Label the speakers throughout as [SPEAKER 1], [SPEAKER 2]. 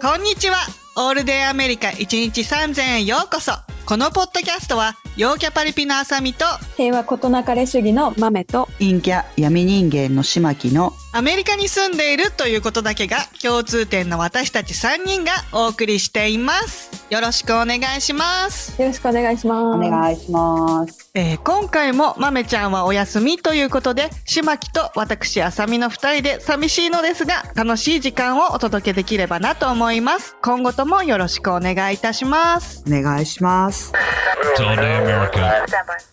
[SPEAKER 1] こんにちは。オールデイアメリカ1日3000円ようこそ。このポッドキャストは、陽キャパリピのあさみと、
[SPEAKER 2] 平和ことなかれ主義の豆と
[SPEAKER 3] 陰キャ闇人間の島木の
[SPEAKER 1] アメリカに住んでいるということだけが共通点の私たち3人がお送りしています。よろしくお願いします。
[SPEAKER 2] よろしくお願いします。
[SPEAKER 3] お願いします。
[SPEAKER 1] えー今回もまめちゃんはお休みということで、島木と私あさみの2人で寂しいのですが、楽しい時間をお届けできればなと思います。今後ともよろしくお願いいたします。
[SPEAKER 3] お願いします。
[SPEAKER 4] It's all day America.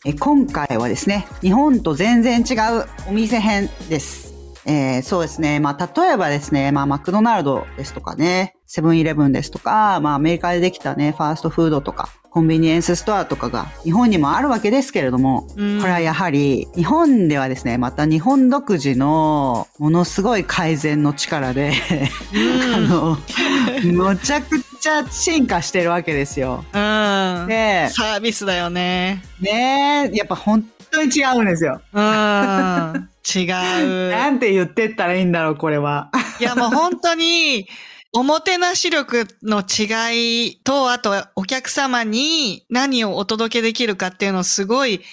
[SPEAKER 3] え今回はですね、日本と全然違うお店編です。えーそうですね。まあ、例えばですね、まあ、マクドナルドですとかね、セブンイレブンですとか、まあ、アメリカでできたね、ファーストフードとか、コンビニエンスストアとかが日本にもあるわけですけれども、
[SPEAKER 1] うん
[SPEAKER 3] これはやはり日本ではですね、また日本独自のものすごい改善の力で、あの、むちゃくちゃ進化してるわけですよ。
[SPEAKER 1] うん。
[SPEAKER 3] で、
[SPEAKER 1] サービスだよね。
[SPEAKER 3] ねえ、やっぱ本当に違うんですよ。
[SPEAKER 1] うん。違う。
[SPEAKER 3] なんて言ってったらいいんだろう、これは。
[SPEAKER 1] いやもう本当に、おもてなし力の違いと、あとお客様に何をお届けできるかっていうのをすごい考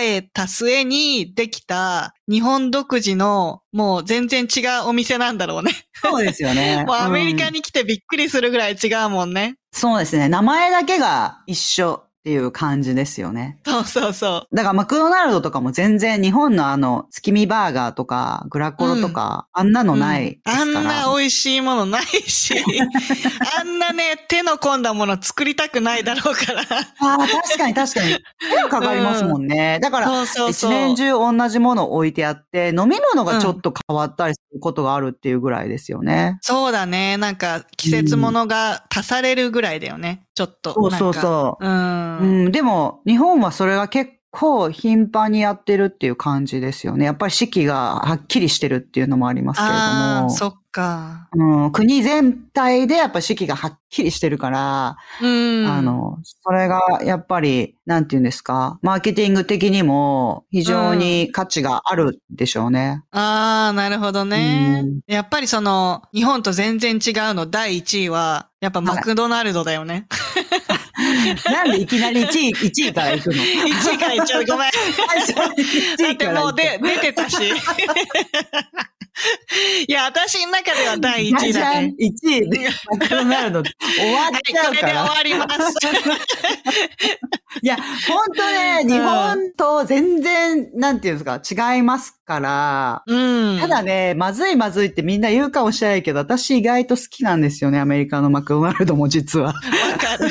[SPEAKER 1] えた末にできた日本独自のもう全然違うお店なんだろうね。
[SPEAKER 3] そうですよね。
[SPEAKER 1] もうアメリカ
[SPEAKER 3] うん
[SPEAKER 1] に来てびっくりするぐらい違うもんね。
[SPEAKER 3] そうですね。名前だけが一緒っていう感じですよね。
[SPEAKER 1] そうそうそ
[SPEAKER 3] だからマクドナルドとかも全然日本のあの、月見バーガーとか、グラコロとか、あんな
[SPEAKER 1] う。
[SPEAKER 3] のないですから
[SPEAKER 1] う、んあんな美味しいものない し、あんなね、手の込んだもの作りたくないだろうから。
[SPEAKER 3] ああ、確かに確かに。手がかかりますもんね。だから、
[SPEAKER 1] そうそう
[SPEAKER 3] 一
[SPEAKER 1] そう。
[SPEAKER 3] 年中同じものを置いてあって、飲み物がちょっと変わったりすることがあるっていうぐらいですよね。
[SPEAKER 1] そうだね。なんか、季節ものが足されるぐらいだよね。ちょっと。
[SPEAKER 3] そうそう
[SPEAKER 1] なんか。
[SPEAKER 3] そうう。うんん、でも、日本はそれが結構頻繁にやってるっていう感じですよね。やっぱり四季がはっきりしてるっていうのもありますけれど
[SPEAKER 1] ああ、
[SPEAKER 3] も。
[SPEAKER 1] そっか。
[SPEAKER 3] うん、国全体でやっぱ四季がはっきりしてるから、
[SPEAKER 1] うん。
[SPEAKER 3] あ、の、それがやっぱり、なんて言うんですか、マーケティング的にも非常に価値があるでしょ うね。
[SPEAKER 1] ああ、なるほどね
[SPEAKER 3] うん。
[SPEAKER 1] やっぱりその、日本と全然違うの第1位は、やっぱマクドナルドだよね。
[SPEAKER 3] なんでいきなり1位、一位から行くの
[SPEAKER 1] 1位から言っちゃう。ごめん。 だ
[SPEAKER 3] だ
[SPEAKER 1] ってもうで、出て たし。いや、私の中では第1位だね。
[SPEAKER 3] 1位で、マクドナルド終わっ
[SPEAKER 1] はい、
[SPEAKER 3] ちゃ
[SPEAKER 1] こ
[SPEAKER 3] う
[SPEAKER 1] れ
[SPEAKER 3] か
[SPEAKER 1] で終
[SPEAKER 3] ら。
[SPEAKER 1] わります。
[SPEAKER 3] いや、本当ね、日本と全然、なんていうんですか、違いますから。
[SPEAKER 1] うん。
[SPEAKER 3] ただね、まずいまずいってみんな言うかもしれないけど、私意外と好きなんですよね、アメリカのマクドナルドも実は。
[SPEAKER 1] わか る。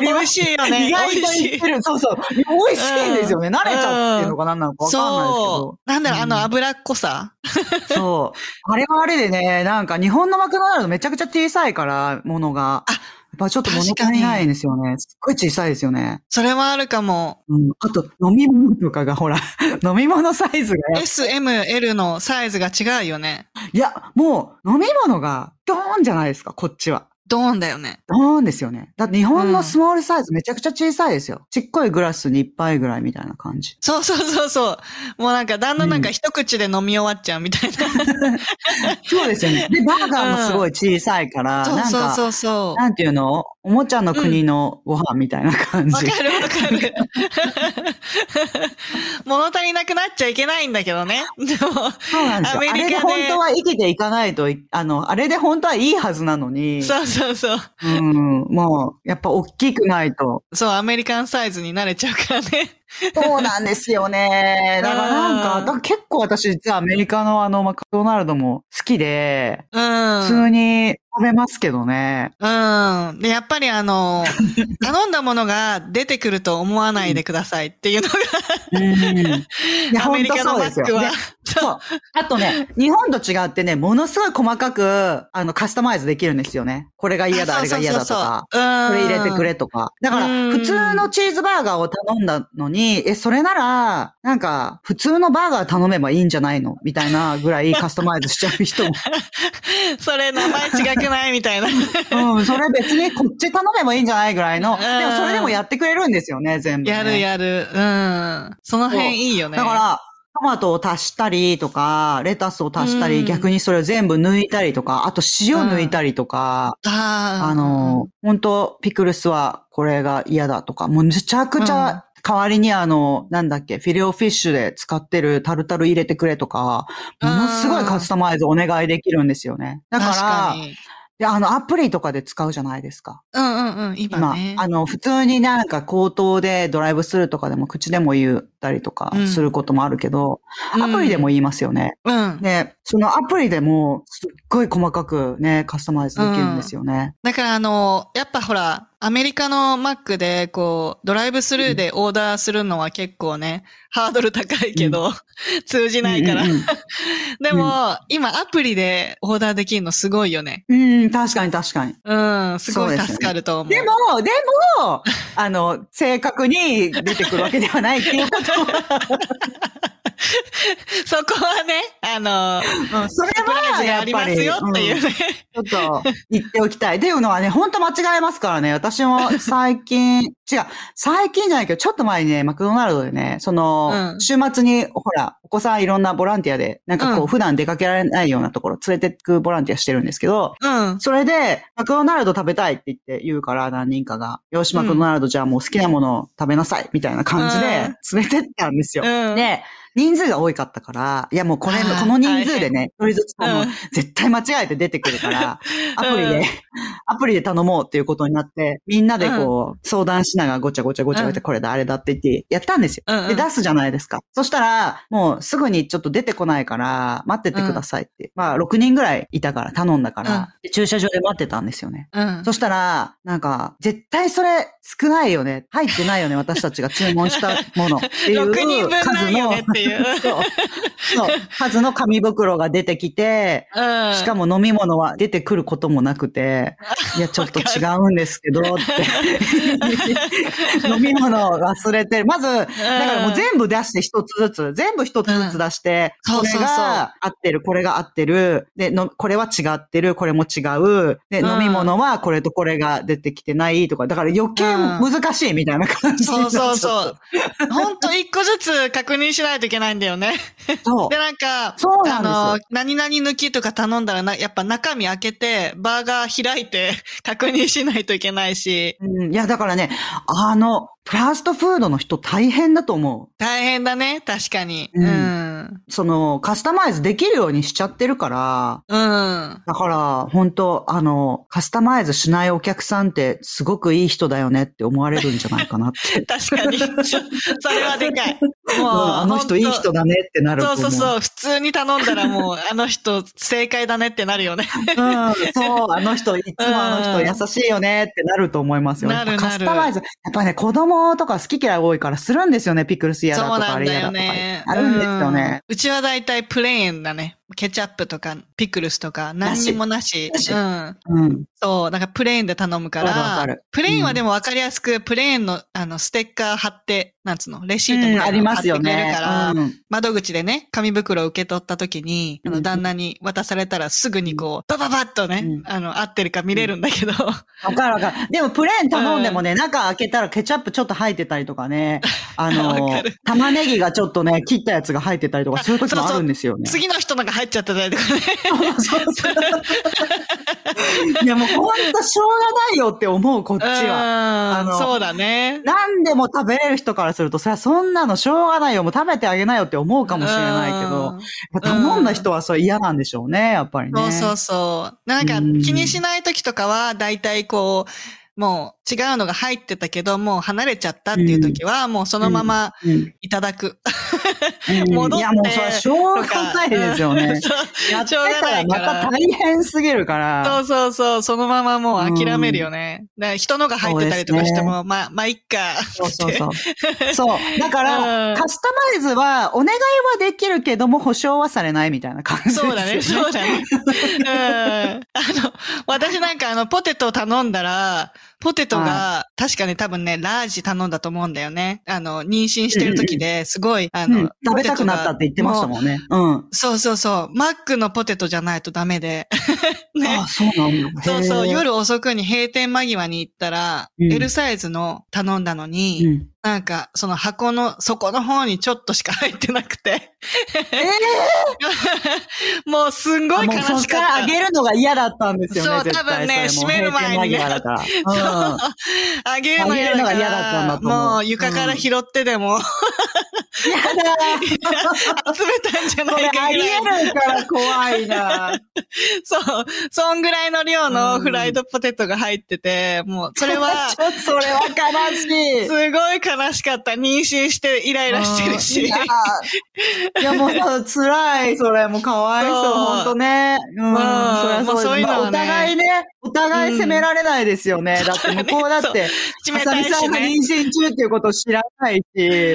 [SPEAKER 1] 美味しいよね。
[SPEAKER 3] 意外
[SPEAKER 1] 美
[SPEAKER 3] と
[SPEAKER 1] 味し
[SPEAKER 3] 言
[SPEAKER 1] い
[SPEAKER 3] って。る。そうそう。美味しいんですよね。慣れちゃうっていうのか何なのかわかんないですけど
[SPEAKER 1] そ。う。なんだろう、あ
[SPEAKER 3] う
[SPEAKER 1] の
[SPEAKER 3] ん
[SPEAKER 1] 脂っこさ。
[SPEAKER 3] そう。あれはあれでね、なんか日本のマクドナルドめちゃくちゃ小さいから、ものが。
[SPEAKER 1] あ
[SPEAKER 3] やっぱちょっと物足りないんですよね。すっごい小さいですよね。
[SPEAKER 1] それはあるかも。
[SPEAKER 3] うん。あと、飲み物とかがほら、 飲み物サイズが。
[SPEAKER 1] S、M、L のサイズが違うよね。
[SPEAKER 3] いや、もう、飲み物が、ドーンじゃないですか、こっちは。
[SPEAKER 1] ドーンだよね。
[SPEAKER 3] ドーンですよね。だって日本
[SPEAKER 1] うん
[SPEAKER 3] のスモールサイズめちゃくちゃ小さいですよ。ちっこいグラスに一杯ぐらいみたいな感じ。
[SPEAKER 1] そうそうそうそう。もうなんか、だんだんなんか一口で飲み終わっちゃうみたいな。
[SPEAKER 3] そうですよね。で、バーガーもすごい小さいから、
[SPEAKER 1] そう
[SPEAKER 3] なん
[SPEAKER 1] そう
[SPEAKER 3] か、
[SPEAKER 1] そうそ
[SPEAKER 3] なんていうのおもちゃの国のご飯みたいな感
[SPEAKER 1] う。
[SPEAKER 3] じ。
[SPEAKER 1] わかるわかる。 物足りなくなっちゃいけないんだけどね。でも、
[SPEAKER 3] そうなんですよ。
[SPEAKER 1] アメリ
[SPEAKER 3] あ
[SPEAKER 1] カで
[SPEAKER 3] れで本当は生きていかないとい、あの、あれで本当はいいはずなのに、
[SPEAKER 1] そうそうそう。
[SPEAKER 3] うん、もう、やっぱ大きくないと。
[SPEAKER 1] そう、アメリカンサイズに慣れちゃうからね。
[SPEAKER 3] そうなんですよね。 だからなんか、
[SPEAKER 1] うん
[SPEAKER 3] だから結構私実はアメリカのあのマクドナルドも好きで、
[SPEAKER 1] うん。
[SPEAKER 3] 普通に食べますけど ね。
[SPEAKER 1] うん。で、やっぱりあ の、頼んだものが出てくると思わないでくださいっていうの
[SPEAKER 3] うん。いや、
[SPEAKER 1] が、アメ
[SPEAKER 3] 本
[SPEAKER 1] リ
[SPEAKER 3] 当
[SPEAKER 1] カの
[SPEAKER 3] そう
[SPEAKER 1] マ
[SPEAKER 3] です
[SPEAKER 1] ッ
[SPEAKER 3] よ。
[SPEAKER 1] クは
[SPEAKER 3] で。そう。あとね、日本と違ってね、ものすごい細かく、あの、カスタマイズできるんですよね。これが嫌だ、あれが嫌だとか。こ
[SPEAKER 1] れ
[SPEAKER 3] れ入れてくれとか。だから、
[SPEAKER 1] うん
[SPEAKER 3] 普通のチーズバーガーを頼んだのに、え、それなら、なんか、普通のバーガー頼めばいいんじゃないのみたいなぐら いカスタマイズしちゃう人も。
[SPEAKER 1] それ名前違くないみたい な。
[SPEAKER 3] うん、それ別にこっち頼めばいいんじゃないぐらいの。
[SPEAKER 1] ん
[SPEAKER 3] でも、それでもやってくれるんですよね、全部、ね。
[SPEAKER 1] やるやる。うん。その辺いいよね。
[SPEAKER 3] だから、トマトを足したりとか、レタスを足したり、
[SPEAKER 1] うん
[SPEAKER 3] 逆にそれを全部抜いたりとか、あと塩抜いたりとか、
[SPEAKER 1] あー
[SPEAKER 3] あの、本当ピクルスはこれが嫌だとか、もうむちゃくち
[SPEAKER 1] うん
[SPEAKER 3] ゃ、代わりにあの、なんだっけ、フィレオフィッシュで使ってるタルタル入れてくれとか、ものすごいカスタマイズお願いできるんですよね。だ
[SPEAKER 1] 確か
[SPEAKER 3] から
[SPEAKER 1] に。
[SPEAKER 3] で、あの、アプリとかで使うじゃないですか。
[SPEAKER 1] うんうんうん、今
[SPEAKER 3] 今
[SPEAKER 1] ね。、
[SPEAKER 3] あの、普通になんか口頭でドライブスルーとかでも口でも言ったりとか
[SPEAKER 1] うん
[SPEAKER 3] することもあるけど、アプリでも言いますよね。
[SPEAKER 1] うん、うん。
[SPEAKER 3] で、そのアプリでもすっごい細かくね、カスタマイズできるんですよね。
[SPEAKER 1] だからあの、やっぱほら、アメリカのマックで、こう、ドライブスルーでオーダーするのは結構ね、ハードル高いけど、通じないから。
[SPEAKER 3] うんうん
[SPEAKER 1] でも、今アプリでオーダーできるのすごいよね。
[SPEAKER 3] うん、うん確かに確かに。
[SPEAKER 1] うん、すご
[SPEAKER 3] そう
[SPEAKER 1] い
[SPEAKER 3] ですね
[SPEAKER 1] 助かると思う。
[SPEAKER 3] でも、でも、 あの、正確に出てくるわけではないっていう こと
[SPEAKER 1] そこはね、あの、
[SPEAKER 3] は、それ
[SPEAKER 1] サプライズ
[SPEAKER 3] は
[SPEAKER 1] が
[SPEAKER 3] や
[SPEAKER 1] あ
[SPEAKER 3] っ
[SPEAKER 1] り
[SPEAKER 3] ぱ
[SPEAKER 1] ます
[SPEAKER 3] り、
[SPEAKER 1] よっていううんね。
[SPEAKER 3] ちょっと言っておきたい。っていうのはね、本当間違えますからね。私も最近、 違う、最近じゃないけど、ちょっと前にね、マクドナルドでね、その、
[SPEAKER 1] うん
[SPEAKER 3] 週末に、ほら、お子さんいろんなボランティアで、なんかこう、
[SPEAKER 1] うん
[SPEAKER 3] 普段出かけられないようなところ連れてくボランティアしてるんですけど、
[SPEAKER 1] うん。
[SPEAKER 3] それで、マクドナルド食べたいって言って言うから、何人かが、よし、マクドナルドじゃあもう好きなものを食べなさい、みたいな感じで、連れてったんですよ。
[SPEAKER 1] うん
[SPEAKER 3] で、人数が多いかったから、いやもうこれ、
[SPEAKER 1] あー
[SPEAKER 3] この人数でね、一人ずつ頼む、
[SPEAKER 1] うん
[SPEAKER 3] 絶対間違えて出てくるから、アプリ
[SPEAKER 1] う
[SPEAKER 3] で
[SPEAKER 1] ん、
[SPEAKER 3] アプリで頼もうっていうことになって、みんなでこう、相談しながらごちゃごちゃごちゃご
[SPEAKER 1] う
[SPEAKER 3] ち
[SPEAKER 1] ん
[SPEAKER 3] ゃ、これだ、あれだって言って、やったんですよ。
[SPEAKER 1] うんうん
[SPEAKER 3] で、出すじゃないですか。そしたら、もうすぐにちょっと出てこないから、待っててくださいって。まあ、6人ぐらいいたから、頼んだから、
[SPEAKER 1] うん
[SPEAKER 3] で駐車場で待ってたんですよね。
[SPEAKER 1] うん。
[SPEAKER 3] そしたら、なんか、絶対それ少ないよね。入ってないよね。私たちが注文したものって いう
[SPEAKER 1] 6人分
[SPEAKER 3] 数
[SPEAKER 1] ないよ
[SPEAKER 3] の
[SPEAKER 1] ね、っていう。
[SPEAKER 3] そうそう、数の紙袋が出てきて、
[SPEAKER 1] うん。
[SPEAKER 3] しかも飲み物は出てくることもなくて、いや、ちょっと違うんですけど、 って。飲み物を忘れてる。まず、だからもう全部出して一つずつ、全部一つずつ出して、
[SPEAKER 1] うん
[SPEAKER 3] これ
[SPEAKER 1] そうそうそう
[SPEAKER 3] が合ってる、これが合ってる、で、のこれは違ってる、これも違う、で、
[SPEAKER 1] うん
[SPEAKER 3] 飲み物はこれとこれが出てきてないとか、だから余計難しいみたいな感じに
[SPEAKER 1] そ
[SPEAKER 3] な
[SPEAKER 1] う
[SPEAKER 3] っちゃ
[SPEAKER 1] そ
[SPEAKER 3] っ
[SPEAKER 1] う
[SPEAKER 3] て
[SPEAKER 1] そう。ほんと一個ずつ確認しないといけないんだよね。
[SPEAKER 3] そう
[SPEAKER 1] で、なんか、
[SPEAKER 3] そうなんですよ
[SPEAKER 1] あの、何々抜きとか頼んだらな、やっぱ中身開けて、バーガー開いて 確認しないといけないし、
[SPEAKER 3] うんいや、だからね、あの、ファーストフードの人大変だと思
[SPEAKER 1] 大変だね、確かに。う
[SPEAKER 3] うん
[SPEAKER 1] ん。
[SPEAKER 3] う。その、カスタマイズできるようにしちゃってるから、
[SPEAKER 1] うん。
[SPEAKER 3] だから、本当あの、カスタマイズしないお客さんって、すごくいい人だよねって思われるんじゃないかなって。
[SPEAKER 1] 確かに。そそれはでかい。もう、
[SPEAKER 3] うん あの人いい人
[SPEAKER 1] だ。
[SPEAKER 3] だねってなると
[SPEAKER 1] そ
[SPEAKER 3] 思
[SPEAKER 1] う
[SPEAKER 3] う。
[SPEAKER 1] そう
[SPEAKER 3] う。
[SPEAKER 1] そう。普通に頼んだら もう、あの人正解だねってなるよね。
[SPEAKER 3] うん、そう、あの人、いつもあの
[SPEAKER 1] うん
[SPEAKER 3] 人優しいよねってなると思いますよ。
[SPEAKER 1] なる
[SPEAKER 3] やっぱ
[SPEAKER 1] なる
[SPEAKER 3] カスタマイズ、やっぱね、子供とか好き嫌い多いからするんですよね。ピクルス嫌だ
[SPEAKER 1] そう
[SPEAKER 3] とか
[SPEAKER 1] な
[SPEAKER 3] あ
[SPEAKER 1] ん
[SPEAKER 3] れ
[SPEAKER 1] だ
[SPEAKER 3] 嫌だ
[SPEAKER 1] よ
[SPEAKER 3] とか。
[SPEAKER 1] ね。
[SPEAKER 3] あるんですよね。
[SPEAKER 1] うん。うちはだいたいプレーンだね。ケチャップとか、ピクルスとか、何にもなし。
[SPEAKER 3] なし
[SPEAKER 1] うん。
[SPEAKER 3] うん。
[SPEAKER 1] そう、なんかプレーンで頼むか
[SPEAKER 3] わかるわからる、
[SPEAKER 1] プレーンはでもわかりやすく、プレーンの、あの、ステッカー貼って、なんつうの、レシートみ
[SPEAKER 3] うん
[SPEAKER 1] た
[SPEAKER 3] あ
[SPEAKER 1] い
[SPEAKER 3] り
[SPEAKER 1] なの
[SPEAKER 3] ま
[SPEAKER 1] 貼っ
[SPEAKER 3] す
[SPEAKER 1] て
[SPEAKER 3] よ
[SPEAKER 1] くれる
[SPEAKER 3] ね
[SPEAKER 1] か。ら、
[SPEAKER 3] うん
[SPEAKER 1] 窓口でね、紙袋を受け取った時に、あ
[SPEAKER 3] う
[SPEAKER 1] の、
[SPEAKER 3] ん
[SPEAKER 1] 旦那に渡されたらすぐにこう、バババッとね、
[SPEAKER 3] うん
[SPEAKER 1] あの、合ってるか見れるんだけど、
[SPEAKER 3] わかるわかる。でもプレーン頼んでもね、中開けたらケチャップちょっと入ってたりとか ね。あの
[SPEAKER 1] わかる、
[SPEAKER 3] 玉ねぎがちょっとね、切ったやつが入ってたりとか、そういう時もあるんですよね。
[SPEAKER 1] 次の人のが入っちゃってたりとかね。
[SPEAKER 3] そうそういやもうほんとしょうがないよって思う、こっちは。
[SPEAKER 1] あ
[SPEAKER 3] の
[SPEAKER 1] そうだね。
[SPEAKER 3] 何でも食べれる人からすると、そりゃそんなのしょうがないよ、もう食べてあげなよって思うかもしれないけど、やっぱ頼んだ人はそれ嫌なんでしょうね、やっぱり
[SPEAKER 1] うん。
[SPEAKER 3] ね。
[SPEAKER 1] そうそうそう。なんか
[SPEAKER 3] うん
[SPEAKER 1] 気にしない時とかは、だいたいこう、もう違うのが入ってたけど、もう離れちゃったっていう時は、もうそのまま
[SPEAKER 3] うん
[SPEAKER 1] いただく。
[SPEAKER 3] うん
[SPEAKER 1] 戻って
[SPEAKER 3] いや、もうそれはしょうがないです よね。やって
[SPEAKER 1] しょうが
[SPEAKER 3] た
[SPEAKER 1] な
[SPEAKER 3] ら
[SPEAKER 1] い
[SPEAKER 3] ま
[SPEAKER 1] から
[SPEAKER 3] た大変すぎるか
[SPEAKER 1] そ
[SPEAKER 3] ら。
[SPEAKER 1] うそうそう、そのままもう諦めるよね。だから人のが入ってたりとかしても、まあ、まあ、いっ か。
[SPEAKER 3] そうそうそう。そう。だから、
[SPEAKER 1] うん
[SPEAKER 3] カスタマイズは、お願いはできるけども、保証はされないみたいな感じですよ
[SPEAKER 1] そうだね、そうだね。うん。あの、私なんかあの、ポテト頼んだら、ポテトが、確かね、多分ね、ラージ頼んだと思うんだよね。あの、妊娠してる時で、すごい、あ
[SPEAKER 3] う
[SPEAKER 1] の
[SPEAKER 3] ん、食べたくなったって言ってました
[SPEAKER 1] ん。も
[SPEAKER 3] もんね。うん。
[SPEAKER 1] うそうそうそう。マックのポテトじゃないとダメ で。ね
[SPEAKER 3] ああ、そうなんだ。
[SPEAKER 1] そうそう。
[SPEAKER 3] へえ、
[SPEAKER 1] 夜遅くに閉店間際に行ったら、
[SPEAKER 3] うん
[SPEAKER 1] L サイズの頼んだのに、
[SPEAKER 3] うん、
[SPEAKER 1] なんか、その箱の底の方にちょっとしか入ってなくて。 もうすんごい悲
[SPEAKER 3] あもうそ
[SPEAKER 1] し
[SPEAKER 3] っ
[SPEAKER 1] か
[SPEAKER 3] か
[SPEAKER 1] っ
[SPEAKER 3] らあ
[SPEAKER 1] た。
[SPEAKER 3] げるのが嫌だったんですよね。
[SPEAKER 1] そう
[SPEAKER 3] 絶対
[SPEAKER 1] 多分ね
[SPEAKER 3] そ
[SPEAKER 1] 閉
[SPEAKER 3] れ
[SPEAKER 1] める
[SPEAKER 3] もう閉店
[SPEAKER 1] 前にね
[SPEAKER 3] 間際だから
[SPEAKER 1] そう
[SPEAKER 3] うん。
[SPEAKER 1] あげるの嫌だか
[SPEAKER 3] あげるのが嫌だったんだ
[SPEAKER 1] ら、
[SPEAKER 3] と思う
[SPEAKER 1] もう床から拾ってでも
[SPEAKER 3] やだ
[SPEAKER 1] 集めたんじゃ
[SPEAKER 3] ー
[SPEAKER 1] な
[SPEAKER 3] これ
[SPEAKER 1] いか
[SPEAKER 3] あ
[SPEAKER 1] ぐ
[SPEAKER 3] り
[SPEAKER 1] らい。
[SPEAKER 3] えるから怖いな。
[SPEAKER 1] そう。そんぐらいの量
[SPEAKER 3] う
[SPEAKER 1] の
[SPEAKER 3] ん
[SPEAKER 1] フライドポテトが入ってて、もうそれ は
[SPEAKER 3] ち、ょっとそれは悲し い
[SPEAKER 1] す。ごい悲しかった。妊娠してイライラしてるし。
[SPEAKER 3] いや ーいや、もうそう、辛い、それ、もうかわいそう、
[SPEAKER 1] そう
[SPEAKER 3] ほんとね。うん、
[SPEAKER 1] うん
[SPEAKER 3] そりゃ
[SPEAKER 1] もう
[SPEAKER 3] そ
[SPEAKER 1] そう
[SPEAKER 3] う
[SPEAKER 1] いうのはね
[SPEAKER 3] ですまあお互いね、お互い責められないですよね。だって、向こうだって、
[SPEAKER 1] 締
[SPEAKER 3] あ
[SPEAKER 1] め
[SPEAKER 3] さ
[SPEAKER 1] た
[SPEAKER 3] み
[SPEAKER 1] い
[SPEAKER 3] さ
[SPEAKER 1] し
[SPEAKER 3] んが
[SPEAKER 1] ね
[SPEAKER 3] 妊。娠中っていうことを知らないし、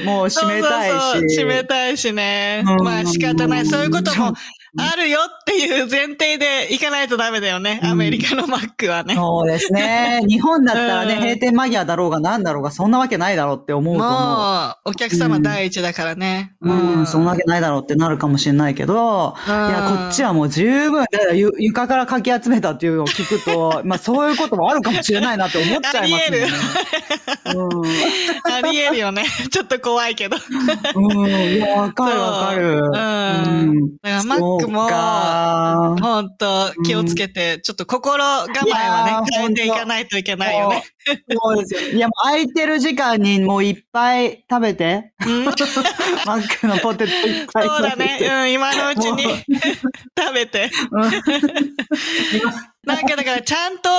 [SPEAKER 3] もう締めたいし。
[SPEAKER 1] そうそうそう締めたいしね。
[SPEAKER 3] うん
[SPEAKER 1] まあ仕方ない。そういうこと
[SPEAKER 3] う
[SPEAKER 1] も
[SPEAKER 3] ん
[SPEAKER 1] あるよっていう前提で行かないとダメだよね。
[SPEAKER 3] うん
[SPEAKER 1] アメリカのマックはね。
[SPEAKER 3] そうですね。日本だったらね、
[SPEAKER 1] うん
[SPEAKER 3] 閉店間際だろうが何だろうが、そんなわけないだろうって思う
[SPEAKER 1] も
[SPEAKER 3] と
[SPEAKER 1] う
[SPEAKER 3] 思う。、
[SPEAKER 1] お客様第一だからね。
[SPEAKER 3] うん、そんなわけないだろうってなるかもしれないけど、
[SPEAKER 1] い
[SPEAKER 3] いや、こっちはもう十分、だからゆ床からかき集めたっていうのを聞くと、 まあそういうこともあるかもしれないなって思っちゃいますね。
[SPEAKER 1] ありえるよね。 ちょっと怖いけど。
[SPEAKER 3] うん。うん。いや、わかるわかる。
[SPEAKER 1] うんだからマックも
[SPEAKER 3] そうか
[SPEAKER 1] ほんと、気をつけて、ちょっと心構え
[SPEAKER 3] いや
[SPEAKER 1] は
[SPEAKER 3] ー
[SPEAKER 1] ね、変えていかないといけないよね。
[SPEAKER 3] そうそうですよ。いや、もう空いてる時間にもういっぱい食 べて、
[SPEAKER 1] うん
[SPEAKER 3] マックのポテトいっぱい
[SPEAKER 1] そう
[SPEAKER 3] 食べ
[SPEAKER 1] だ
[SPEAKER 3] て。
[SPEAKER 1] ね。うん、今のうちに
[SPEAKER 3] も
[SPEAKER 1] 食べて。
[SPEAKER 3] うん
[SPEAKER 1] なんかだから、ちゃんと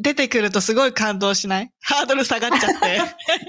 [SPEAKER 1] 出てくるとすごい感動しないハードル下がっちゃって。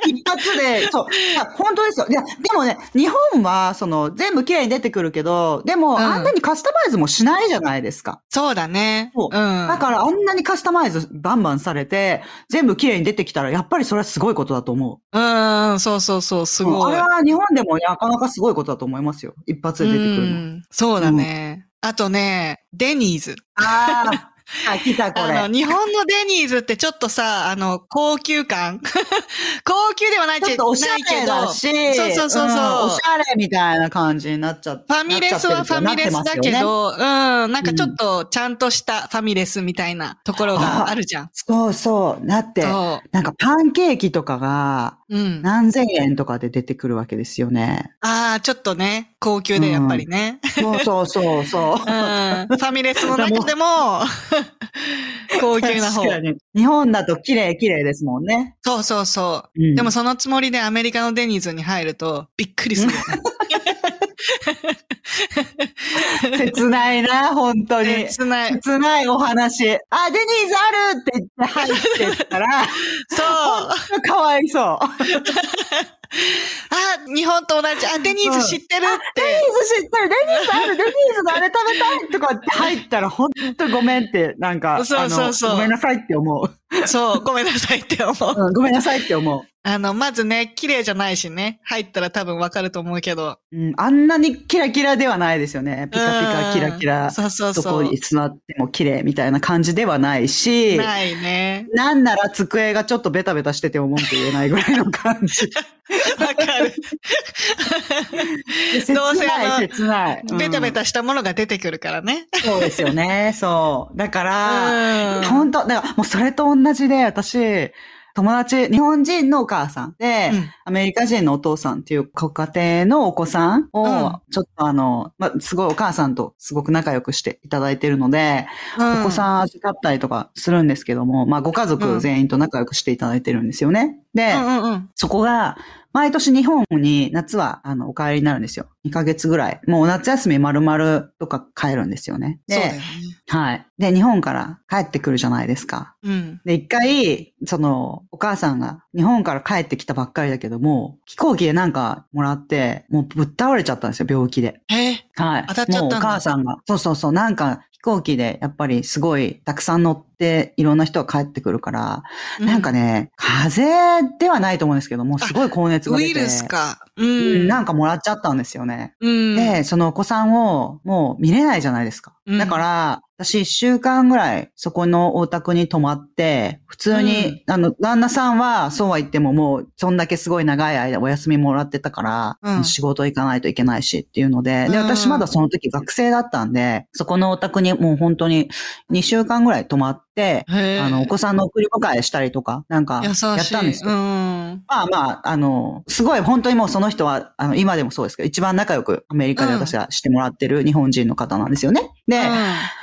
[SPEAKER 3] 一発で、そう。いや本当ですよ。いや、でもね、日本は、その、全部綺麗に出てくるけど、でも、
[SPEAKER 1] うん
[SPEAKER 3] あんなにカスタマイズもしないじゃないですか。
[SPEAKER 1] そうだね。
[SPEAKER 3] そう
[SPEAKER 1] うん。
[SPEAKER 3] だから、あんなにカスタマイズバンバンされて、全部綺麗に出てきたら、やっぱりそれはすごいことだと思う。
[SPEAKER 1] うんうん、そうそうそう、す
[SPEAKER 3] うんあ
[SPEAKER 1] ごい。
[SPEAKER 3] れは日本でもなかなかすごいことだと思いますよ。一発で出てくる
[SPEAKER 1] う
[SPEAKER 3] の。
[SPEAKER 1] んそうだね。あとね、デニーズ。
[SPEAKER 3] あー あ、来たこ
[SPEAKER 1] あ
[SPEAKER 3] れ
[SPEAKER 1] の、。日本のデニーズってちょっとさ、あの、高級感 高級ではない
[SPEAKER 3] ちょっとおしゃれだし、
[SPEAKER 1] ないけどそうそうそうそ
[SPEAKER 3] ん
[SPEAKER 1] う
[SPEAKER 3] おしゃれみたいな感じになっちゃって。
[SPEAKER 1] ファミレスはファミレスだけ
[SPEAKER 3] なっちゃってるんですよね。
[SPEAKER 1] ど、うん、なんかちょっとちゃんとしたファミレスみたいなところがあるじゃん。
[SPEAKER 3] そうそう。だって、
[SPEAKER 1] そ
[SPEAKER 3] なんかパンケーキとかが
[SPEAKER 1] う。うん。
[SPEAKER 3] 何千円とかで出てくるわけですよね。
[SPEAKER 1] ああ、ちょっとね、高級でやっぱりね。
[SPEAKER 3] そうそうそうそう。
[SPEAKER 1] うん。ファミレスの 中でも、高級な方
[SPEAKER 3] 確。かに日本だと綺麗綺麗ですもんね。
[SPEAKER 1] そうそうそう。
[SPEAKER 3] うん
[SPEAKER 1] でもそのつもりでアメリカのデニーズに入るとびっくりするよね。
[SPEAKER 3] 切ないな、本当に。
[SPEAKER 1] 切ない。
[SPEAKER 3] 切ないお話。あ、デニーズあるって言って入っ てったら、
[SPEAKER 1] そう。あ、
[SPEAKER 3] かわいそう。デニーズ
[SPEAKER 1] 日本と同じ。あ、デニーズ知ってるって。
[SPEAKER 3] 知ってる、デニーズある、デニーズのあれ食べたいとかって入ったら、本当ごめんって、なんか、
[SPEAKER 1] そうそうそう
[SPEAKER 3] あのごめんなさいって思う。
[SPEAKER 1] そう、ごめんなさいって思う。
[SPEAKER 3] うん、ごめんなさいって思う。
[SPEAKER 1] あの、まずね、綺麗じゃないしね。入ったら多分わかると思うけど。
[SPEAKER 3] うん、あんなにキラキラではないですよね。ピカピカキラキ
[SPEAKER 1] う
[SPEAKER 3] ラ
[SPEAKER 1] ん。そうそう
[SPEAKER 3] ど
[SPEAKER 1] そ
[SPEAKER 3] こ
[SPEAKER 1] う
[SPEAKER 3] に。座っても綺麗みたいな感じではないし、
[SPEAKER 1] ないね。
[SPEAKER 3] なんなら机がちょっとベタベタしてても文句言えないぐらいの感 じ。
[SPEAKER 1] わかる。
[SPEAKER 3] 切
[SPEAKER 1] どうせあ
[SPEAKER 3] な
[SPEAKER 1] の
[SPEAKER 3] い、切ない。うん
[SPEAKER 1] ベタベタしたものが出てくるからね。
[SPEAKER 3] そうですよね。そう。だから、
[SPEAKER 1] うん。
[SPEAKER 3] 本当だからもうそれと同じで、私、友達、日本人のお母さんで、
[SPEAKER 1] うん
[SPEAKER 3] アメリカ人のお父さんっていうご家庭のお子さんを、
[SPEAKER 1] うん
[SPEAKER 3] ちょっとあの、まあ、すごいお母さんとすごく仲良くしていただいてるので、お子
[SPEAKER 1] ん。
[SPEAKER 3] さん預かったりとかするんですけども、まあご家族全員と仲良くしていただいてるんですよね。で、
[SPEAKER 1] うんうんうん。
[SPEAKER 3] そこが、毎年日本に夏は、あの、お帰りになるんですよ。2ヶ月ぐらい。もう夏休み丸々とか帰るんですよね。
[SPEAKER 1] そうだよ
[SPEAKER 3] で
[SPEAKER 1] ね。
[SPEAKER 3] はい。で、日本から帰ってくるじゃないですか。
[SPEAKER 1] うん。
[SPEAKER 3] で、一回、その、お母さんが日本から帰ってきたばっかりだけども、飛行機でなんかもらって、もうぶっ倒れちゃったんですよ、病気で。
[SPEAKER 1] へえ。
[SPEAKER 3] はい。
[SPEAKER 1] 当たっちゃったんだ
[SPEAKER 3] もうお母さんが。そうそうそう。なんか飛行機でやっぱりすごいたくさん乗っていろんな人が帰ってくるから、
[SPEAKER 1] う
[SPEAKER 3] なんか、ね、風邪ではないと思うんですけども、すごい高熱が
[SPEAKER 1] ウ
[SPEAKER 3] 出
[SPEAKER 1] イ
[SPEAKER 3] て。
[SPEAKER 1] ルスか。う
[SPEAKER 3] うん
[SPEAKER 1] ん。
[SPEAKER 3] なんかもらっちゃったんですよね。
[SPEAKER 1] うん。
[SPEAKER 3] で、そのお子さんをもう見れないじゃないですか。
[SPEAKER 1] うん
[SPEAKER 3] だから、私一週間ぐらいそこのお宅に泊まって、普通に、あの、旦那さんはそうは言ってももう、そんだけすごい長い間お休みもらってたから、
[SPEAKER 1] うん
[SPEAKER 3] 仕事行かないといけないしっていうので、で、
[SPEAKER 1] うん
[SPEAKER 3] 私まだその時学生だったんで、そこのお宅にもう本当に2週間ぐらい泊まって、
[SPEAKER 1] へえ。
[SPEAKER 3] あの、お子さんの送り迎えしたりとか、なんか、や
[SPEAKER 1] 優
[SPEAKER 3] っ
[SPEAKER 1] した
[SPEAKER 3] ん
[SPEAKER 1] い。
[SPEAKER 3] ですよ。
[SPEAKER 1] うん。
[SPEAKER 3] まあまあ、あの、すごい、本当にもうその人は、あの、今でもそうですけど、一番仲良くアメリカで
[SPEAKER 1] うん
[SPEAKER 3] 私はしてもらってる日本人の方なんですよね。で、
[SPEAKER 1] うん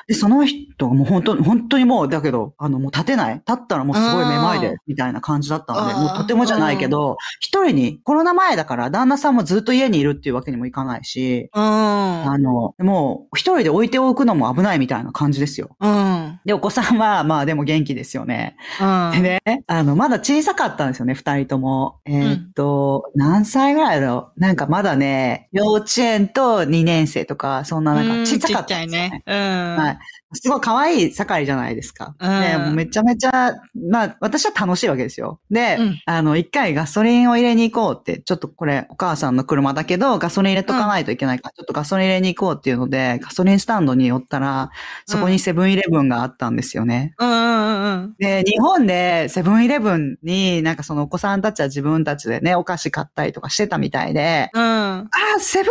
[SPEAKER 3] でその人がもう本当に、本当にもう、だけど、あの、もう立てない。立ったらもうすごいめまい
[SPEAKER 1] うん
[SPEAKER 3] で、みたいな感じだったので、
[SPEAKER 1] うん
[SPEAKER 3] もうとてもじゃないけど、一人に、コロナ前だから、旦那さんもずっと家にいるっていうわけにもいかないし、
[SPEAKER 1] うん。
[SPEAKER 3] あの、もう、一人で置いておくのも危ないみたいな感じですよ。
[SPEAKER 1] うん。
[SPEAKER 3] で、お子さんは、まあでも元気ですよね。
[SPEAKER 1] うん。
[SPEAKER 3] で ね、あの、まだ小さかったんですよね、二人とも。えーっと、何歳ぐらいだろうなんかまだね、幼稚園と2年生とか、そんななんか小さかったんですよ
[SPEAKER 1] ちっ
[SPEAKER 3] ね。
[SPEAKER 1] ちゃいね。うん。
[SPEAKER 3] はい。すごい可愛い盛りじゃないですか。
[SPEAKER 1] うん
[SPEAKER 3] ねもうめちゃめちゃ、まあ、私は楽しいわけですよ。で、
[SPEAKER 1] うん
[SPEAKER 3] あの、一回ガソリンを入れに行こうって、ちょっとこれお母さんの車だけど、ガソリン入れとかないといけないから、ちょっとガソリン入れに行こうっていうので、ガソリンスタンドに寄ったら、そこにセブンイレブンがあったんですよね。
[SPEAKER 1] うんうんうん
[SPEAKER 3] で、日本でセブンイレブンになんかそのお子さんたちは自分たちでね、お菓子買ったりとかしてたみたいで、
[SPEAKER 1] うん。うん。
[SPEAKER 3] あ、セブ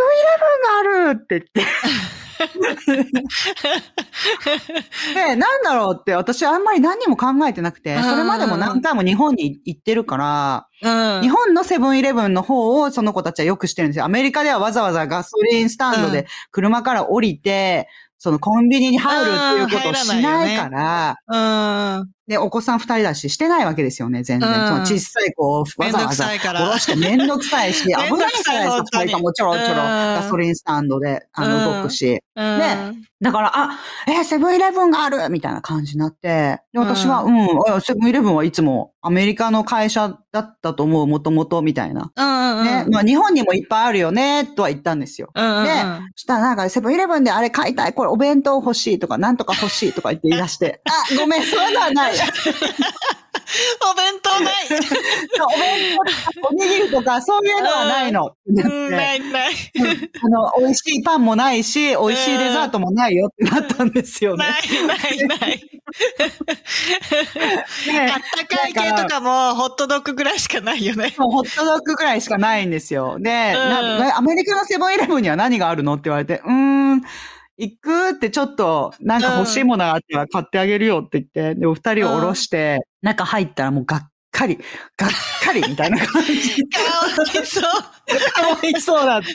[SPEAKER 3] ンイレブンがあるって 言って。で、なんだろうって私あんまり何にも考えてなくて、それまでも何回も日本に行ってるから、
[SPEAKER 1] うん。
[SPEAKER 3] 日本のセブンイレブンの方をその子たちはよくしてるんですよ。アメリカではわざわざガソリンスタンドで車から降りて、そのコンビニに入るっていうことを
[SPEAKER 1] うん
[SPEAKER 3] し
[SPEAKER 1] 入らないよね
[SPEAKER 3] ないから、
[SPEAKER 1] うん。
[SPEAKER 3] で、お子さん二人だし、してないわけですよね、全然。
[SPEAKER 1] うん
[SPEAKER 3] その小さい子をわ
[SPEAKER 1] めんど
[SPEAKER 3] ざわ
[SPEAKER 1] く
[SPEAKER 3] ざ
[SPEAKER 1] さいから
[SPEAKER 3] 下ろしてめんどくさいし、危
[SPEAKER 1] めんど
[SPEAKER 3] ない
[SPEAKER 1] く
[SPEAKER 3] じゃ
[SPEAKER 1] さい
[SPEAKER 3] ない
[SPEAKER 1] 本
[SPEAKER 3] です
[SPEAKER 1] 当
[SPEAKER 3] か、
[SPEAKER 1] に
[SPEAKER 3] 二人ともちょろちょ
[SPEAKER 1] うん
[SPEAKER 3] ろガソリンスタンドで、あの、
[SPEAKER 1] うん
[SPEAKER 3] 動くし。
[SPEAKER 1] うん。
[SPEAKER 3] ねだから、あ、えーセブンイレブンがあるみたいな感じになって、で私は、
[SPEAKER 1] う
[SPEAKER 3] うん、あセブンイレブンはいつもアメリカの会社だったと思う、もともとみたいな。
[SPEAKER 1] うんうん。
[SPEAKER 3] ね、まあ日本にもいっぱいあるよね、とは言ったんですよ。
[SPEAKER 1] うんうん。
[SPEAKER 3] でそしたらなんかセブンイレブンであれ買いたい、これお弁当欲しいとか、なんとか欲しいとか言って言い出 して、あ、ごめん、そういうのはない。
[SPEAKER 1] お弁当ない。
[SPEAKER 3] お弁当 とかおにぎりとか、そういうのはないの。
[SPEAKER 1] うん、ないない。
[SPEAKER 3] あの、美味しいパンもないし、美味しいデザートもないよってなったんですよね。
[SPEAKER 1] ないないない。あっ
[SPEAKER 3] ね
[SPEAKER 1] たかい系とかもホットドッグぐらいしかないよね。
[SPEAKER 3] もうホットドッグぐらいしかないんですよ。で、な
[SPEAKER 1] うん
[SPEAKER 3] アメリカのセブンイレブンには何があるのって言われて、うーん、行くってちょっと、なんか欲しいものがあったら買ってあげるよって言って、で、お二人を下ろして、中入ったらもうがっかり、がっかりみたいな感じ。
[SPEAKER 1] かわいそう。
[SPEAKER 3] かわいそうだった。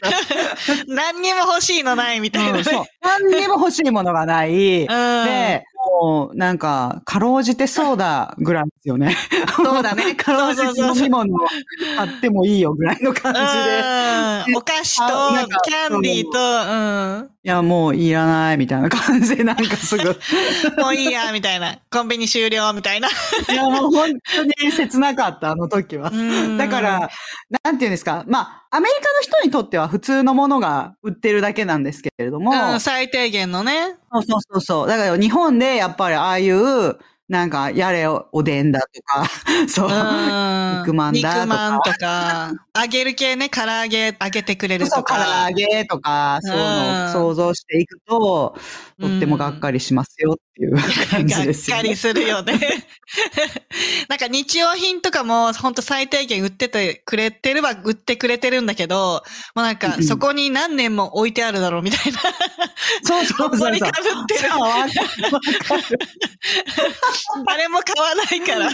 [SPEAKER 1] 何にも欲しいのないみたいな
[SPEAKER 3] う ん、。そう。何にも欲しいものがない。
[SPEAKER 1] うん
[SPEAKER 3] で、もう、なんか、かろうじてソーダぐらいですよね。そうだね。 かろうじて飲み物を買ってもいいよぐらいの感じで。
[SPEAKER 1] うんお菓子
[SPEAKER 3] あなんか
[SPEAKER 1] とキャンディーと、
[SPEAKER 3] いや、もういらないみたいな感じで、なんかすぐ。 い
[SPEAKER 1] うん、もういいや、みたいな。コンビニ終了、みたいな。
[SPEAKER 3] や、もう本当に切なかった、あの時は。
[SPEAKER 1] うん
[SPEAKER 3] だから、なんていうんですか。まあ、アメリカの人にとっては普通のものが売ってるだけなんですけれども、
[SPEAKER 1] うん、最低限のね。
[SPEAKER 3] そうそうそうそう。だから日本でやっぱりああいう、なんか、やれおでんだとか、 そうう。
[SPEAKER 1] ん
[SPEAKER 3] 肉まんだとか
[SPEAKER 1] 肉まんとか、揚げる系ね、唐揚げ揚げてくれる
[SPEAKER 3] そ
[SPEAKER 1] と
[SPEAKER 3] う、唐
[SPEAKER 1] か
[SPEAKER 3] 揚。げとか、そういうの
[SPEAKER 1] うん
[SPEAKER 3] を想像していくと、とってもがっかりしますよっていう感じ
[SPEAKER 1] が
[SPEAKER 3] で
[SPEAKER 1] っ
[SPEAKER 3] すよ
[SPEAKER 1] か
[SPEAKER 3] ね
[SPEAKER 1] りするよ ね。なんか日用品とかも本当最低限売っててくれてるは売ってくれてるんだけど、もうなん
[SPEAKER 3] うん
[SPEAKER 1] か
[SPEAKER 3] うん
[SPEAKER 1] そこに何年も置いてあるだろうみたいな。
[SPEAKER 3] そうそ
[SPEAKER 1] こ
[SPEAKER 3] う
[SPEAKER 1] こ
[SPEAKER 3] そう
[SPEAKER 1] に
[SPEAKER 3] そ
[SPEAKER 1] 被
[SPEAKER 3] う。
[SPEAKER 1] ってる。
[SPEAKER 3] そうわかるわかる
[SPEAKER 1] 誰も買わないから。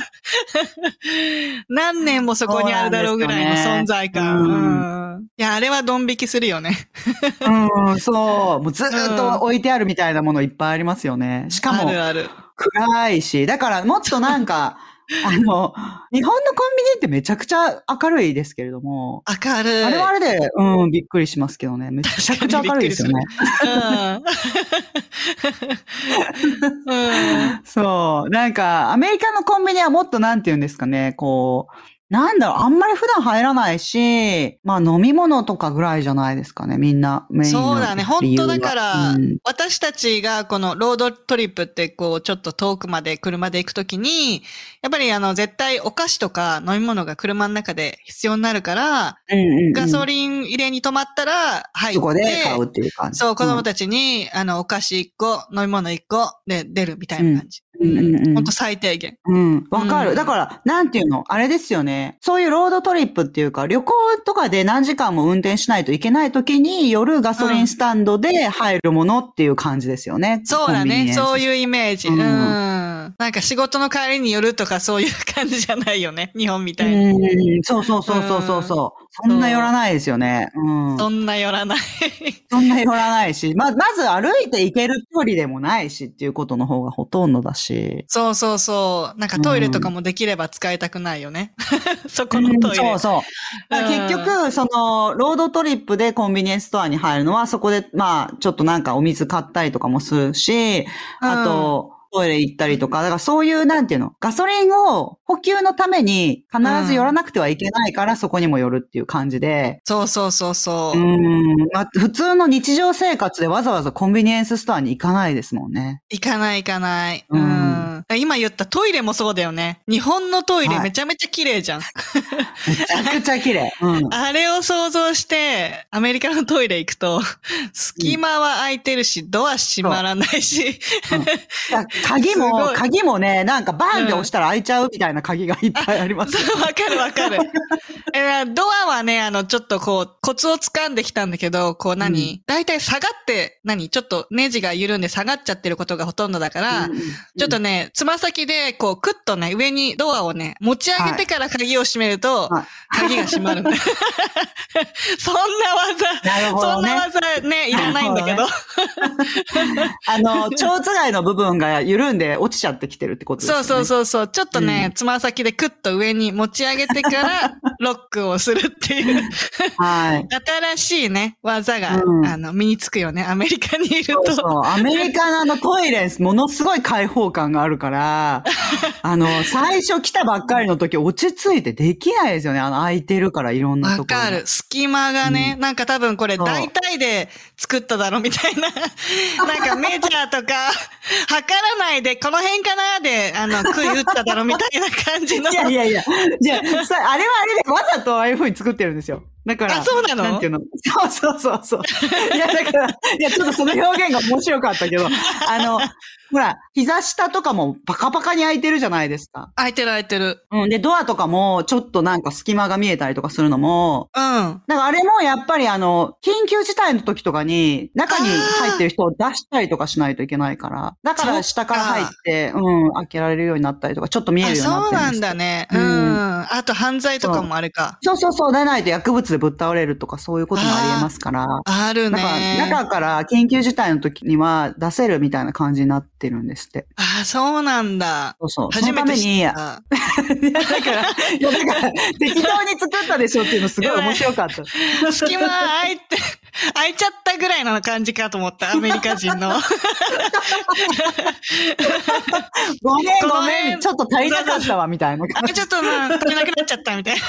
[SPEAKER 1] 何年もそこにあるだろうぐらいの存在感。
[SPEAKER 3] そうなんですよ
[SPEAKER 1] うんいや、あれはドン引きするよね。
[SPEAKER 3] うん、そう。もうずっと置いてあるみたいなものいっぱいありますよね。しか
[SPEAKER 1] あ
[SPEAKER 3] も、
[SPEAKER 1] るある。
[SPEAKER 3] 暗いし、だからもっとなんか、あの、日本のコンビニってめちゃくちゃ明るいですけれども、
[SPEAKER 1] 明るい。
[SPEAKER 3] あれはあれで、うん、びっくりしますけどね。めちゃくちゃ明るいですよね。
[SPEAKER 1] うん。
[SPEAKER 3] そう。なんか、アメリカのコンビニはもっとなんて言うんですかね、こう、なんだろう、あんまり普段入らないし、まあ飲み物とかぐらいじゃないですかね、みんな。メインの
[SPEAKER 1] そうだね。
[SPEAKER 3] 理
[SPEAKER 1] 本
[SPEAKER 3] 由
[SPEAKER 1] 当
[SPEAKER 3] は
[SPEAKER 1] だから、
[SPEAKER 3] うん
[SPEAKER 1] 私たちがこのロードトリップってこう、ちょっと遠くまで車で行くときに、やっぱりあの、絶対お菓子とか飲み物が車の中で必要になるから、
[SPEAKER 3] うんうん、
[SPEAKER 1] ガソ
[SPEAKER 3] リ
[SPEAKER 1] リン入れに止まったら入って、
[SPEAKER 3] そこで買うっていう感じ。
[SPEAKER 1] そう、子供
[SPEAKER 3] たち。
[SPEAKER 1] たちに、あの、お菓子1個、飲み物1個で出るみたいな感じ。
[SPEAKER 3] うんうんうんうん
[SPEAKER 1] ほんと最低限。
[SPEAKER 3] うん、わか
[SPEAKER 1] う
[SPEAKER 3] る。
[SPEAKER 1] ん
[SPEAKER 3] だから、なんていうのあれですよね。そういうロードトリップっていうか、旅行とかで何時間も運転しないといけない時に、夜ガソリンスタンドで入るものっていう感じですよね。
[SPEAKER 1] そうだね。そう
[SPEAKER 3] う。
[SPEAKER 1] いうイメージ。う。
[SPEAKER 3] うんん
[SPEAKER 1] なんか仕事の帰りに寄るとかそういう感じじゃないよね。日本み
[SPEAKER 3] う
[SPEAKER 1] たいに。
[SPEAKER 3] ん、そうそうそうそうそうそう。そんな寄らないですよね。うん。
[SPEAKER 1] そんな寄らない。
[SPEAKER 3] そんな寄らないし、ま、まず歩いて行ける距離でもないしっていうことの方がほとんどだし。
[SPEAKER 1] そうそうそう。なんかトイレとかもできれば使いたくないよね。そこのトイレ。
[SPEAKER 3] うんそうそう。だから結局、その、ロードトリップでコンビニエンスストアに入るのは、そこで、まあ、ちょっとなんかお水買ったりとかもするし、あと、トイレ行ったりとか、だからそういう、なんていうの、ガソリンを補給のために必ず寄らなくてはいけないから、そこにも寄るっていう感じで、
[SPEAKER 1] そうそうそうそう
[SPEAKER 3] う。ん、まあ、普通の日常生活でわざわざコンビニエンスストアに行かないですもんね。
[SPEAKER 1] 行かない行かない。う
[SPEAKER 3] うん
[SPEAKER 1] ん。今言ったトイレもそうだよね。日本のトイレ
[SPEAKER 3] はい
[SPEAKER 1] めちゃめちゃ綺麗じゃん。
[SPEAKER 3] めちゃくちゃ綺 麗。うん。
[SPEAKER 1] あれを想像して、アメリカのトイレ行くと、隙間は空いてるし、ドア閉まらないし、
[SPEAKER 3] だ鍵
[SPEAKER 1] す
[SPEAKER 3] も
[SPEAKER 1] ご、い
[SPEAKER 3] 鍵もね、なんかバーンって押したら開いちゃうみたいな鍵がいっぱいあります。
[SPEAKER 1] そう、わかるわ かる。えードアはね、あの、ちょっとこう、コツを掴んできたんだけど、こう何、だいたい下がって、何ちょっとネジが緩んで下がっちゃってることがほとんどだから、
[SPEAKER 3] うん
[SPEAKER 1] ちょっとね、つま先で、こう、クッとね、上にドアをね、持ち上げてから鍵を閉めると、
[SPEAKER 3] はい
[SPEAKER 1] 鍵が閉 まるんだ。そんな
[SPEAKER 3] なる
[SPEAKER 1] 技、
[SPEAKER 3] ほ
[SPEAKER 1] そん
[SPEAKER 3] ど
[SPEAKER 1] な
[SPEAKER 3] ね。
[SPEAKER 1] 技ね、いらないんだけど。
[SPEAKER 3] あの、蝶頭蓋の部分が緩んで落ちちゃってきてるってことですよ
[SPEAKER 1] そう
[SPEAKER 3] ね。
[SPEAKER 1] そう
[SPEAKER 3] う。
[SPEAKER 1] そうそう。ちょっとね、
[SPEAKER 3] う
[SPEAKER 1] つま先でクッと上に持ち上げて から、ロックをするっていう、
[SPEAKER 3] はい。
[SPEAKER 1] 新しいね、技が、
[SPEAKER 3] うん
[SPEAKER 1] あの、身につくよね。アメリカにいる
[SPEAKER 3] そ
[SPEAKER 1] と。
[SPEAKER 3] うそう。アメリカのあのトイレ、ものすごい開放感があるから、 あの、最初来たばっかりの時落ち着いてできないですよね。あの、空いてるからいろんな
[SPEAKER 1] わ
[SPEAKER 3] ところが。
[SPEAKER 1] かる。隙間がね、なんか多分これ
[SPEAKER 3] そう
[SPEAKER 1] 大体で作っただろみたい な。なんかメジャーとか、測らないで、この辺かなで、あの、杭打っただろみたいな感じの。
[SPEAKER 3] いやいやいや。じゃあ、さあれはあれで、わざとああいう風に作ってるんですよ。だから。
[SPEAKER 1] あそうなの
[SPEAKER 3] なんていうのそうそうそうそう。いや、だから、いや、ちょっとその表現が面白かった けど、あの、ほら、膝下とかもパカパカに開いてるじゃないですか。
[SPEAKER 1] 開いてる開いてる。
[SPEAKER 3] うん。で、ドアとかも、ちょっとなんか隙間が見えたりとかするのも、
[SPEAKER 1] うん。
[SPEAKER 3] だからあれもやっぱりあの、緊急事態の時とかに、中に入ってる人を出したりとかしないといけないから、だか
[SPEAKER 1] そっから
[SPEAKER 3] 下から入って、うん、開けられるようになったりとか、ちょっと見え
[SPEAKER 1] あ、
[SPEAKER 3] るようになっ
[SPEAKER 1] そう
[SPEAKER 3] てるん
[SPEAKER 1] な
[SPEAKER 3] ですけ
[SPEAKER 1] ん
[SPEAKER 3] ど
[SPEAKER 1] だね。う。
[SPEAKER 3] うんん
[SPEAKER 1] あと犯罪とかもあるか。
[SPEAKER 3] そうそうそう、出ないと薬物でぶっ倒れるとかそういうこともありえますから。
[SPEAKER 1] ある
[SPEAKER 3] だから、
[SPEAKER 1] ね。
[SPEAKER 3] 中から緊急事態の時には出せるみたいな感じになってるんですって。
[SPEAKER 1] あ、そうなんだ。
[SPEAKER 3] そうそう。
[SPEAKER 1] 初めて
[SPEAKER 3] その
[SPEAKER 1] 知ったた。
[SPEAKER 3] めに、いや、だから、いや、だから、適当に作ったでしょっていうのすごい面白かった。
[SPEAKER 1] 隙間空いて、空いちゃったぐらいの感じかと思った、アメリカ人 の。
[SPEAKER 3] ごめん
[SPEAKER 1] ご
[SPEAKER 3] ご
[SPEAKER 1] めん
[SPEAKER 3] めん、ちょっと足りなかったわ、みたいな
[SPEAKER 1] あ、
[SPEAKER 3] 感じ。
[SPEAKER 1] ちょっと、うん、足りなくなっちゃったみたいな。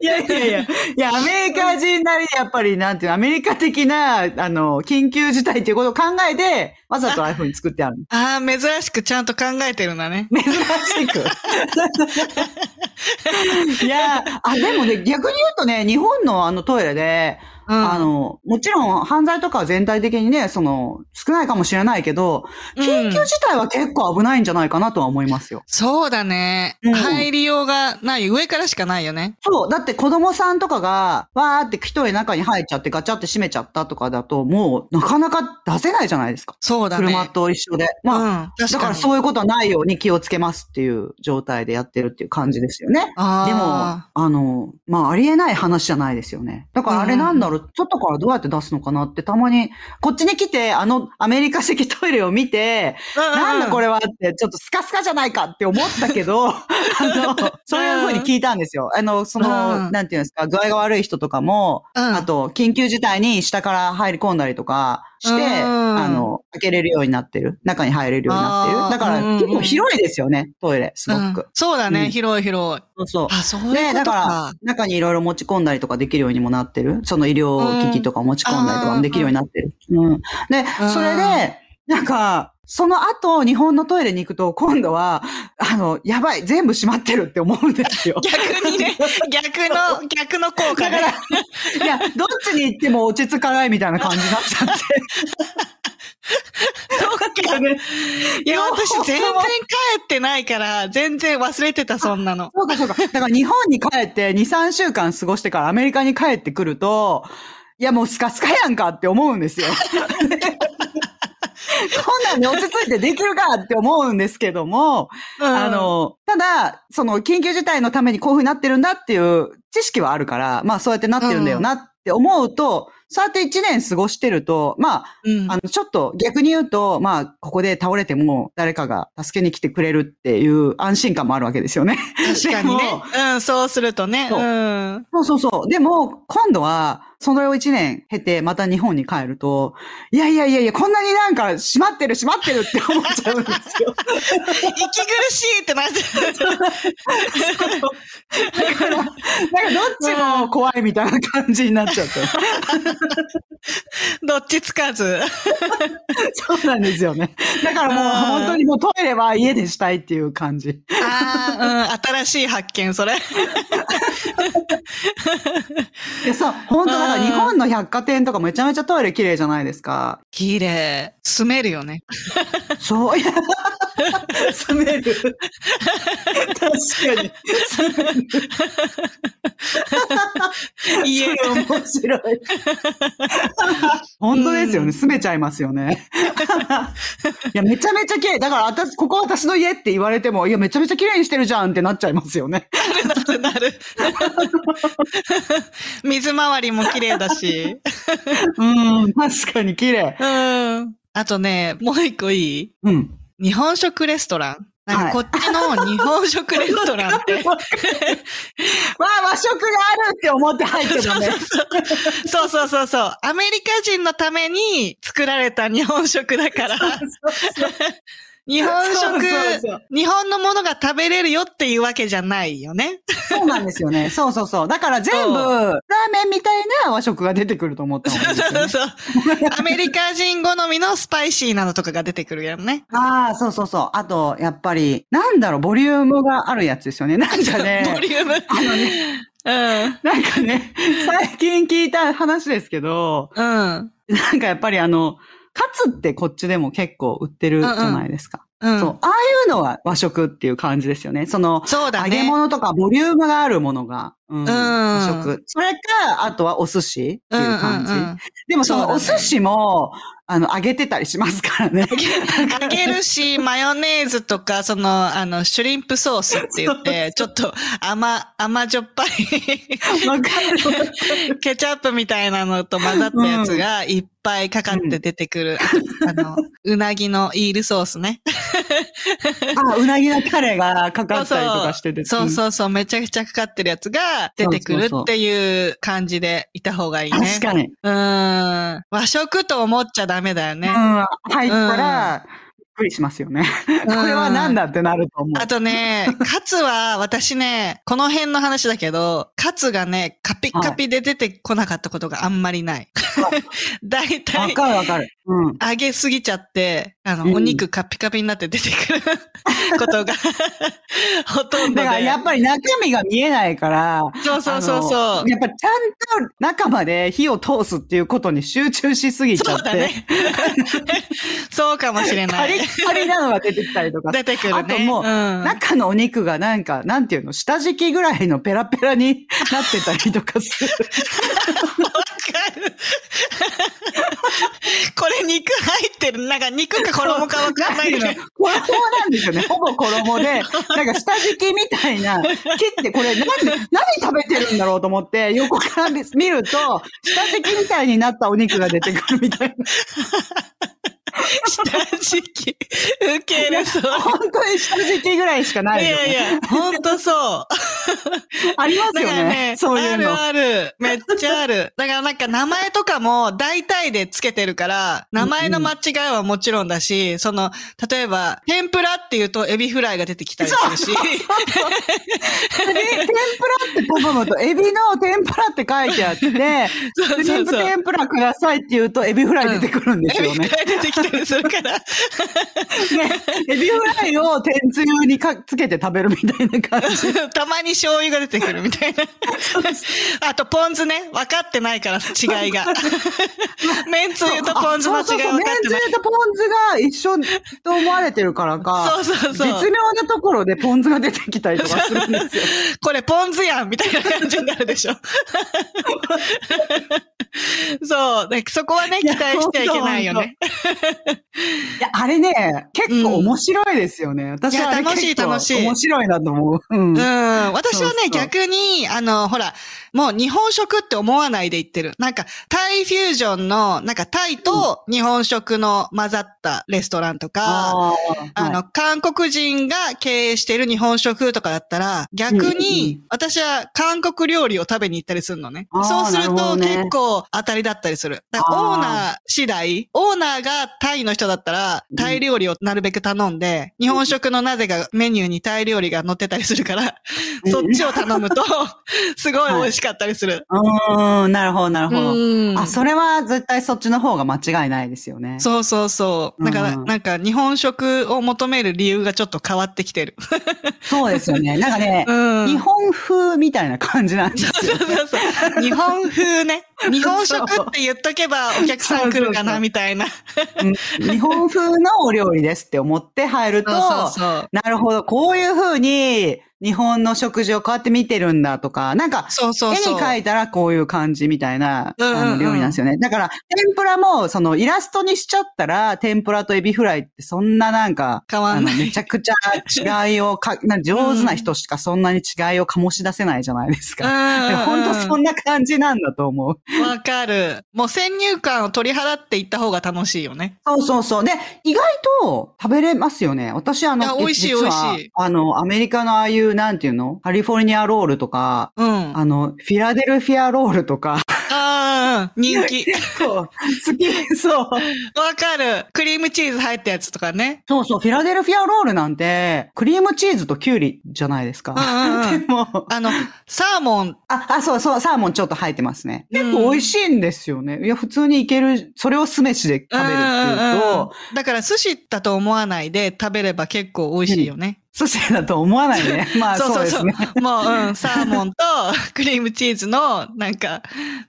[SPEAKER 3] いやいやいや、いや、アメリカ人なりにやっぱり、なんていうのアメリカ的な、あの、緊急事態っていうことを考えて、わざとああいう風に作ってある。
[SPEAKER 1] ああ、珍しくちゃんと考えてるんだね。
[SPEAKER 3] 珍し く。いや、あ、でもね、逆に言うとね、日本のあのトイレで、
[SPEAKER 1] うん
[SPEAKER 3] あの、もちろん犯罪とかは全体的にね、その、少ないかもしれないけど、緊急事態は結構危ないんじゃないかなとは思いますよ。
[SPEAKER 1] そうだね。
[SPEAKER 3] うん
[SPEAKER 1] 入りようがない。上からしかないよね。
[SPEAKER 3] そう、だって子供さんとかが、わーって一人中に入っちゃってガチャって閉めちゃったとかだと、もうなかなか出せないじゃないですか。
[SPEAKER 1] そうだね。
[SPEAKER 3] 車と一緒で。まあ、
[SPEAKER 1] うん。確かに。
[SPEAKER 3] だからそういうことはないように気をつけますっていう状態でやってるっていう感じですよね。でも、
[SPEAKER 1] あ
[SPEAKER 3] あの、まあ、ありえない話じゃないですよね。だからあれなんだろう、から、外からどうやって出すのかなって、たまに、こっちに来て、あの、アメリカ式トイレを見て、なんだこ
[SPEAKER 1] れ
[SPEAKER 3] れはって、ちょっとスカスカじゃないかって思った けど、あの、そういうふうに聞いたんですよ。あの、そ
[SPEAKER 1] うん
[SPEAKER 3] の、なんていうんですか、具合が悪い人とかも、
[SPEAKER 1] うん
[SPEAKER 3] あと、緊急事態に下から入り込んだりとかして、
[SPEAKER 1] うん
[SPEAKER 3] あの、開けれるようになってる。中に入れるようになって
[SPEAKER 1] あー
[SPEAKER 3] る。だから、
[SPEAKER 1] うんうん
[SPEAKER 3] 結構広いですよね、トイレ、すご
[SPEAKER 1] うん
[SPEAKER 3] く。
[SPEAKER 1] そうだね、
[SPEAKER 3] うん
[SPEAKER 1] 広い広い。
[SPEAKER 3] そうそう。
[SPEAKER 1] あ、そういうこと
[SPEAKER 3] ね
[SPEAKER 1] か。
[SPEAKER 3] だから、中にいろいろ持ち込んだりとかできるようにもなってる。その医療機器とか持ち込んだりとかもできるようになってる。うん。で
[SPEAKER 1] うん、。
[SPEAKER 3] それで、なんか、その後、日本のトイレに行くと、今度は、あの、やばい、全部閉まってるって思うんですよ
[SPEAKER 1] 逆に ね、逆の、 逆の効果ね。
[SPEAKER 3] だから、いや、どっちに行っても落ち着かないみたいな感じになっちゃ って。
[SPEAKER 1] そうか。いや、
[SPEAKER 3] 両方
[SPEAKER 1] 私全然帰ってないから、全然忘れてた、そんなの。
[SPEAKER 3] そうかそうか。だから日本に帰って2、3週間過ごしてからアメリカに帰ってくると、いやもうスカスカやんかって思うんですよ。こんなんに落ち着いてできるかって思うんですけども、
[SPEAKER 1] うん
[SPEAKER 3] あ、の、ただ、その緊急事態のためにこういう風になってるんだっていう知識はあるから、まあそうやってなってるんだよなって思うと、そうやって1年過ごしてると、まあ
[SPEAKER 1] うん
[SPEAKER 3] あの、ちょっと逆に言うと、まあ、ここで倒れても誰かが助けに来てくれるっていう安心感もあるわけですよね。
[SPEAKER 1] 確かに
[SPEAKER 3] で
[SPEAKER 1] ね
[SPEAKER 3] も。
[SPEAKER 1] うん、そうするとね。う。
[SPEAKER 3] そうん そうそうそう。でも、今度は、それを一年経て、また日本に帰ると、いやいやいやいや、こんなになんか閉まってる閉まってるって思っちゃうんですよ。
[SPEAKER 1] 息苦しいってなって
[SPEAKER 3] なんかどっちも怖いみたいな感じになっちゃって。
[SPEAKER 1] どっちつかず。
[SPEAKER 3] そうなんですよね。だからも
[SPEAKER 1] う
[SPEAKER 3] う
[SPEAKER 1] ん
[SPEAKER 3] 本当にもうトイレは家でしたいっていう感じ。
[SPEAKER 1] ああ、 うん、新しい発見、それ。
[SPEAKER 3] いやそう、本当だから日本の百貨店とかめちゃめちゃトイレ綺麗じゃないですか。
[SPEAKER 1] 綺麗。住めるよね。
[SPEAKER 3] そう、いや、冷める。確かに。
[SPEAKER 1] 家
[SPEAKER 3] それ面白い。 本当ですよ
[SPEAKER 1] うん
[SPEAKER 3] ね。住めちゃいますよ ね。いや、めちゃめちゃ綺麗。だから、私、ここ私の家って言われても、いや、めちゃめちゃ綺麗にしてるじゃんってなっちゃいます よね。
[SPEAKER 1] なるなる。 水回りも綺麗だし。
[SPEAKER 3] うん、確かに綺麗。
[SPEAKER 1] うん。あとね、もう一個いい
[SPEAKER 3] うん。
[SPEAKER 1] 日本食レストラン。なんかこ
[SPEAKER 3] は
[SPEAKER 1] っちの日本食レストランって。
[SPEAKER 3] わかるわあ、和食があるって思って入っても ね。
[SPEAKER 1] そうそうそうそう。アメリカ人のために作られた日本食だから。日本食
[SPEAKER 3] そうそうそう
[SPEAKER 1] 日本のものが食べれるよっていうわけじゃないよね。
[SPEAKER 3] そうなんですよね。そうそうそう。だから全部、
[SPEAKER 1] そ
[SPEAKER 3] ラーメンみたいな和食が出てくると思った方がいいですよ
[SPEAKER 1] そう
[SPEAKER 3] ね。
[SPEAKER 1] そう。アメリカ人好みのスパイシーなのとかが出てくるやんね。
[SPEAKER 3] ああ、そうそうそう。あと、やっぱり、なんだろう、ボリュームがあるやつですよね。なんか
[SPEAKER 1] ボ
[SPEAKER 3] ね、
[SPEAKER 1] リューム。
[SPEAKER 3] あのね、
[SPEAKER 1] うん。
[SPEAKER 3] なんかね、最近聞いた話ですけど、
[SPEAKER 1] うん。
[SPEAKER 3] なんかやっぱりあの、カツってこっちでも結構売ってるじゃないですか。
[SPEAKER 1] うん。
[SPEAKER 3] そう。ああいうのは和食っていう感じですよね。その、
[SPEAKER 1] そうだ
[SPEAKER 3] 揚
[SPEAKER 1] ね。
[SPEAKER 3] げ物とかボリュームがあるものが、う
[SPEAKER 1] ん
[SPEAKER 3] ん和食。それか、あとはお寿司っていう感じ。
[SPEAKER 1] うんうんうん
[SPEAKER 3] でもそのお
[SPEAKER 1] そうだね
[SPEAKER 3] 寿司も、あの、揚げてたりしますか らね。
[SPEAKER 1] 揚げるし、マヨネーズとか、その、あの、シュリンプソースって言って、ちょっと甘、甘じょっぱい
[SPEAKER 3] わかる。
[SPEAKER 1] ケチャップみたいなのと混ざったやつがいっぱいかかって出てくる。あとあの、うなぎのイールソースね。
[SPEAKER 3] あ、うなぎのタレがかかったりとかしてて。
[SPEAKER 1] そう
[SPEAKER 3] う
[SPEAKER 1] そうそう、めちゃくちゃかかってるやつが出てくるっていう感じでいた方がいい
[SPEAKER 3] ん。
[SPEAKER 1] ね。
[SPEAKER 3] 確かに。うん。
[SPEAKER 1] うん。和食と思っちゃダメだよね。
[SPEAKER 3] 入ったら、びっくりしますよね。これはなんだってなると思う。
[SPEAKER 1] あとね、カツは、私ね、この辺の話だけど、カツがね、カピッカピで出てこなかったことがあんまりない。 だいた
[SPEAKER 3] わ
[SPEAKER 1] い、
[SPEAKER 3] かるわかる。うん。
[SPEAKER 1] 揚げすぎちゃって、あの、
[SPEAKER 3] うん
[SPEAKER 1] お肉カピカピになって出てく ることが、ほとんど
[SPEAKER 3] だからや
[SPEAKER 1] で
[SPEAKER 3] っ。ぱり中身が見えないから、
[SPEAKER 1] そうそうそう
[SPEAKER 3] あ
[SPEAKER 1] そう
[SPEAKER 3] の。やっぱちゃんと中まで火を通すっていうことに集中しすぎち
[SPEAKER 1] そ
[SPEAKER 3] ゃっ
[SPEAKER 1] う
[SPEAKER 3] て、
[SPEAKER 1] だね。そうかもしれな
[SPEAKER 3] カ
[SPEAKER 1] い
[SPEAKER 3] リ。ッカリなのが出てきたりとか
[SPEAKER 1] 出てくるね。
[SPEAKER 3] あともう、
[SPEAKER 1] ん、あ
[SPEAKER 3] 中のお肉がなんか、なんていうの、下敷きぐらいのペラペラになってたりとかする。
[SPEAKER 1] る。これ肉入ってる。なんか肉か衣かわかんないけど。
[SPEAKER 3] なんてうの衣なんですよね。ほぼ衣で、なんか下敷きみたいな、切ってこれ何、何食べてるんだろうと思って、横から見見ると、下敷きみたいになったお肉が出てくるみたいな。
[SPEAKER 1] 下敷き。ウケる、それ。
[SPEAKER 3] 本当に下敷きぐらいしかない
[SPEAKER 1] い
[SPEAKER 3] よ、ね。
[SPEAKER 1] やいや、ほんとそう。
[SPEAKER 3] あります
[SPEAKER 1] だ
[SPEAKER 3] よ
[SPEAKER 1] から
[SPEAKER 3] ね
[SPEAKER 1] ね、
[SPEAKER 3] そういうの。
[SPEAKER 1] あるある。めっちゃあ る。だからなんか名前とかも大体でつけてるから、名前の間違いはもちろんだし、その、例えば、天ぷらって言うとエビフライが出てきたりするし、
[SPEAKER 3] で天ぷらってポポムと、エビの天ぷらって書いてあって、
[SPEAKER 1] そうそう
[SPEAKER 3] 全部
[SPEAKER 1] そう
[SPEAKER 3] 天ぷらくださいって言うと、エビフライ出てくるんです
[SPEAKER 1] エビ
[SPEAKER 3] よ
[SPEAKER 1] フ
[SPEAKER 3] ね。
[SPEAKER 1] ライ出てきたりするから、
[SPEAKER 3] ね エビフライを天つゆにかつけて食べるみたいな感じ。
[SPEAKER 1] たまに醤油が出てくるみたいな。あと、ポン酢ね。分かってないから、違 いが。めんつゆとポン酢の違い
[SPEAKER 3] そうそうそう
[SPEAKER 1] 分か
[SPEAKER 3] めん
[SPEAKER 1] って
[SPEAKER 3] つ
[SPEAKER 1] ない。
[SPEAKER 3] ゆとポン酢が一緒と思われてるからか。
[SPEAKER 1] そうそうそう
[SPEAKER 3] 絶妙なところでポン酢が出てきたりとかするんですよ。
[SPEAKER 1] これポン酢やんみたいな感じになるでしょ。そう。でそこはね、期待しちゃいけないよね。
[SPEAKER 3] いや、あれね、結構面白いですよね。私はあれ
[SPEAKER 1] いや楽しい
[SPEAKER 3] 結構
[SPEAKER 1] 楽しい
[SPEAKER 3] 面白いなと思う。うん。
[SPEAKER 1] うん。
[SPEAKER 3] うん
[SPEAKER 1] 私は
[SPEAKER 3] そうそ
[SPEAKER 1] ね、
[SPEAKER 3] う
[SPEAKER 1] 逆に、あの、ほら、もう日本食って思わないで言ってる。なんか、タイフュージョンの、なんかタイと日本食の混ざったレストランとか、
[SPEAKER 3] あー
[SPEAKER 1] あ
[SPEAKER 3] はい
[SPEAKER 1] の、韓国人が経営している日本食とかだったら、逆
[SPEAKER 3] うんうんう
[SPEAKER 1] に、私は韓国料理を食べに行ったりするのね
[SPEAKER 3] あ。ー
[SPEAKER 1] そうする
[SPEAKER 3] なるほど
[SPEAKER 1] と
[SPEAKER 3] ね
[SPEAKER 1] 結構当たりだったりする。だから
[SPEAKER 3] あー
[SPEAKER 1] オーナー次第、オーナーがタイの人だったら、タイ料理をなるべく頼んで、日本食のなぜかメニューにタイ料理が載ってたりするから、
[SPEAKER 3] うん
[SPEAKER 1] そっちを頼む と、すごい美味しかったりする。
[SPEAKER 3] うーん、なるほど、なるほど。
[SPEAKER 1] うん
[SPEAKER 3] あ、それは絶対そっちの方が間違いないですよね。
[SPEAKER 1] そうそうそう。だから、
[SPEAKER 3] うん
[SPEAKER 1] なんか日本食を求める理由がちょっと変わってきてる。
[SPEAKER 3] そうですよね。なん かね、
[SPEAKER 1] うん
[SPEAKER 3] 日本風みたいな感 じなんですよ。
[SPEAKER 1] そうそうそう。日本風ね。日本食って言っとけばお客さん来るか
[SPEAKER 3] そうそうそ
[SPEAKER 1] な
[SPEAKER 3] う
[SPEAKER 1] みたいな。
[SPEAKER 3] うん日本風のお料理ですって思って入ると、
[SPEAKER 1] そう。
[SPEAKER 3] なるほど、こういう風に日本の食事をこうやって見てるんだとか、なんか、
[SPEAKER 1] そうそうそう。
[SPEAKER 3] 絵に描いたらこういう感じみたいな、
[SPEAKER 1] うんうんうん
[SPEAKER 3] あの料理なんですよね。だから、天ぷらも、そのイラストにしちゃったら、天ぷらとエビフライってそんななんか、
[SPEAKER 1] 変わんない
[SPEAKER 3] あのめちゃくちゃ違いをか、なんか上手な人しかそんなに違いを醸し出せないじゃないですか。でも本当そんな感じなんだと思う。
[SPEAKER 1] うんわかる。もう先入観を取り払っていった方が楽しいよね。
[SPEAKER 3] そうそうそう。で、意外と食べれますよね。私、あ
[SPEAKER 1] いや
[SPEAKER 3] の、
[SPEAKER 1] 美味しい
[SPEAKER 3] 実は
[SPEAKER 1] 美味しい
[SPEAKER 3] あの、アメリカのああいう、なんていうのカリフォルニアロールとか、
[SPEAKER 1] うん。あ
[SPEAKER 3] あの、フィラデルフィアロールとか、
[SPEAKER 1] あー、人気。
[SPEAKER 3] そう、好き、そう。
[SPEAKER 1] わかる。クリームチーズ入ったやつとかね。
[SPEAKER 3] そうそう、フィラデルフィアロールなんて、クリームチーズとキュウリじゃないですか。
[SPEAKER 1] うんうんうん
[SPEAKER 3] でも、
[SPEAKER 1] あの、サーモン。
[SPEAKER 3] あ、あ、そうそう、サーモンちょっと入ってますね。結構美味しいんですよね。いや、普通にいける、それを酢飯で食べるっていう
[SPEAKER 1] うんうんうん
[SPEAKER 3] と、
[SPEAKER 1] だから寿司だと思わないで食べれば結構美味しいよね。
[SPEAKER 3] 寿司だと思わないね。まあ、そうですね。
[SPEAKER 1] もう、うん、サーモンと クリームチーズの、なんか、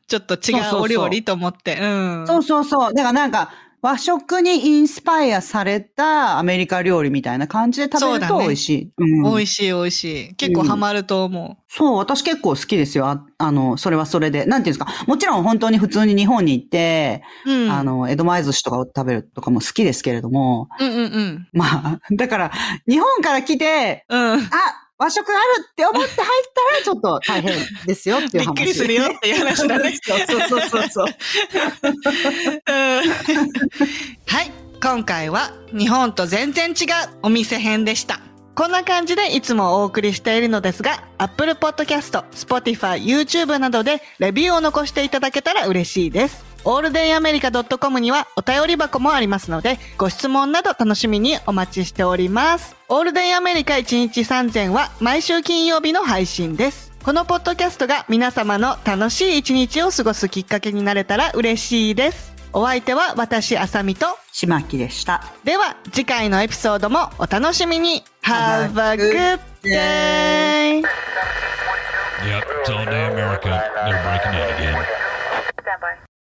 [SPEAKER 1] ちょっと違
[SPEAKER 3] そうそう
[SPEAKER 1] う
[SPEAKER 3] そう
[SPEAKER 1] お料理と思って。うん。
[SPEAKER 3] そうそうそう。だからなんか、和食にインスパイアされたアメリカ料理みたいな感じで食べる
[SPEAKER 1] そうだ
[SPEAKER 3] と
[SPEAKER 1] ね
[SPEAKER 3] 美味しい。うん
[SPEAKER 1] 美味しい美味しい。結構ハマると思
[SPEAKER 3] そう、私結構好きですよ。ああの、それはそれで。なんていうんですか。もちろん本当に普通に日本に行って、
[SPEAKER 1] う。うん。
[SPEAKER 3] あ、の、江戸前寿司とかを食べるとかも好きですけれども、
[SPEAKER 1] うんうん
[SPEAKER 3] まあ、だから、日本から来て、
[SPEAKER 1] うん。うん。
[SPEAKER 3] あ、和食あるって思って入ったらちょっと大変ですよって
[SPEAKER 1] び
[SPEAKER 3] いう
[SPEAKER 1] っ
[SPEAKER 3] 話。
[SPEAKER 1] くりするよっていう話だね。
[SPEAKER 3] そうそうそうそう。
[SPEAKER 1] うんはい。今回は日本と全然違うお店編でした。こんな感じでいつもお送りしているのですが、Apple Podcast、Spotify、YouTube などでレビューを残していただけたら嬉しいです。オールデンアメリカ .com にはお便り箱もありますので、ご質問など楽しみにお待ちしております。オールデンアメリカ1日3000は毎週金曜日の配信です。このポッドキャストが皆様の楽しい一日を過ごすきっかけになれたら嬉しいです。お相手は私、あさみと、
[SPEAKER 3] しまきでした。
[SPEAKER 1] では次回のエピソードもお楽しみに Have a good day!
[SPEAKER 4] Yep, it's all day America. They're breaking in again.
[SPEAKER 5] Stand by.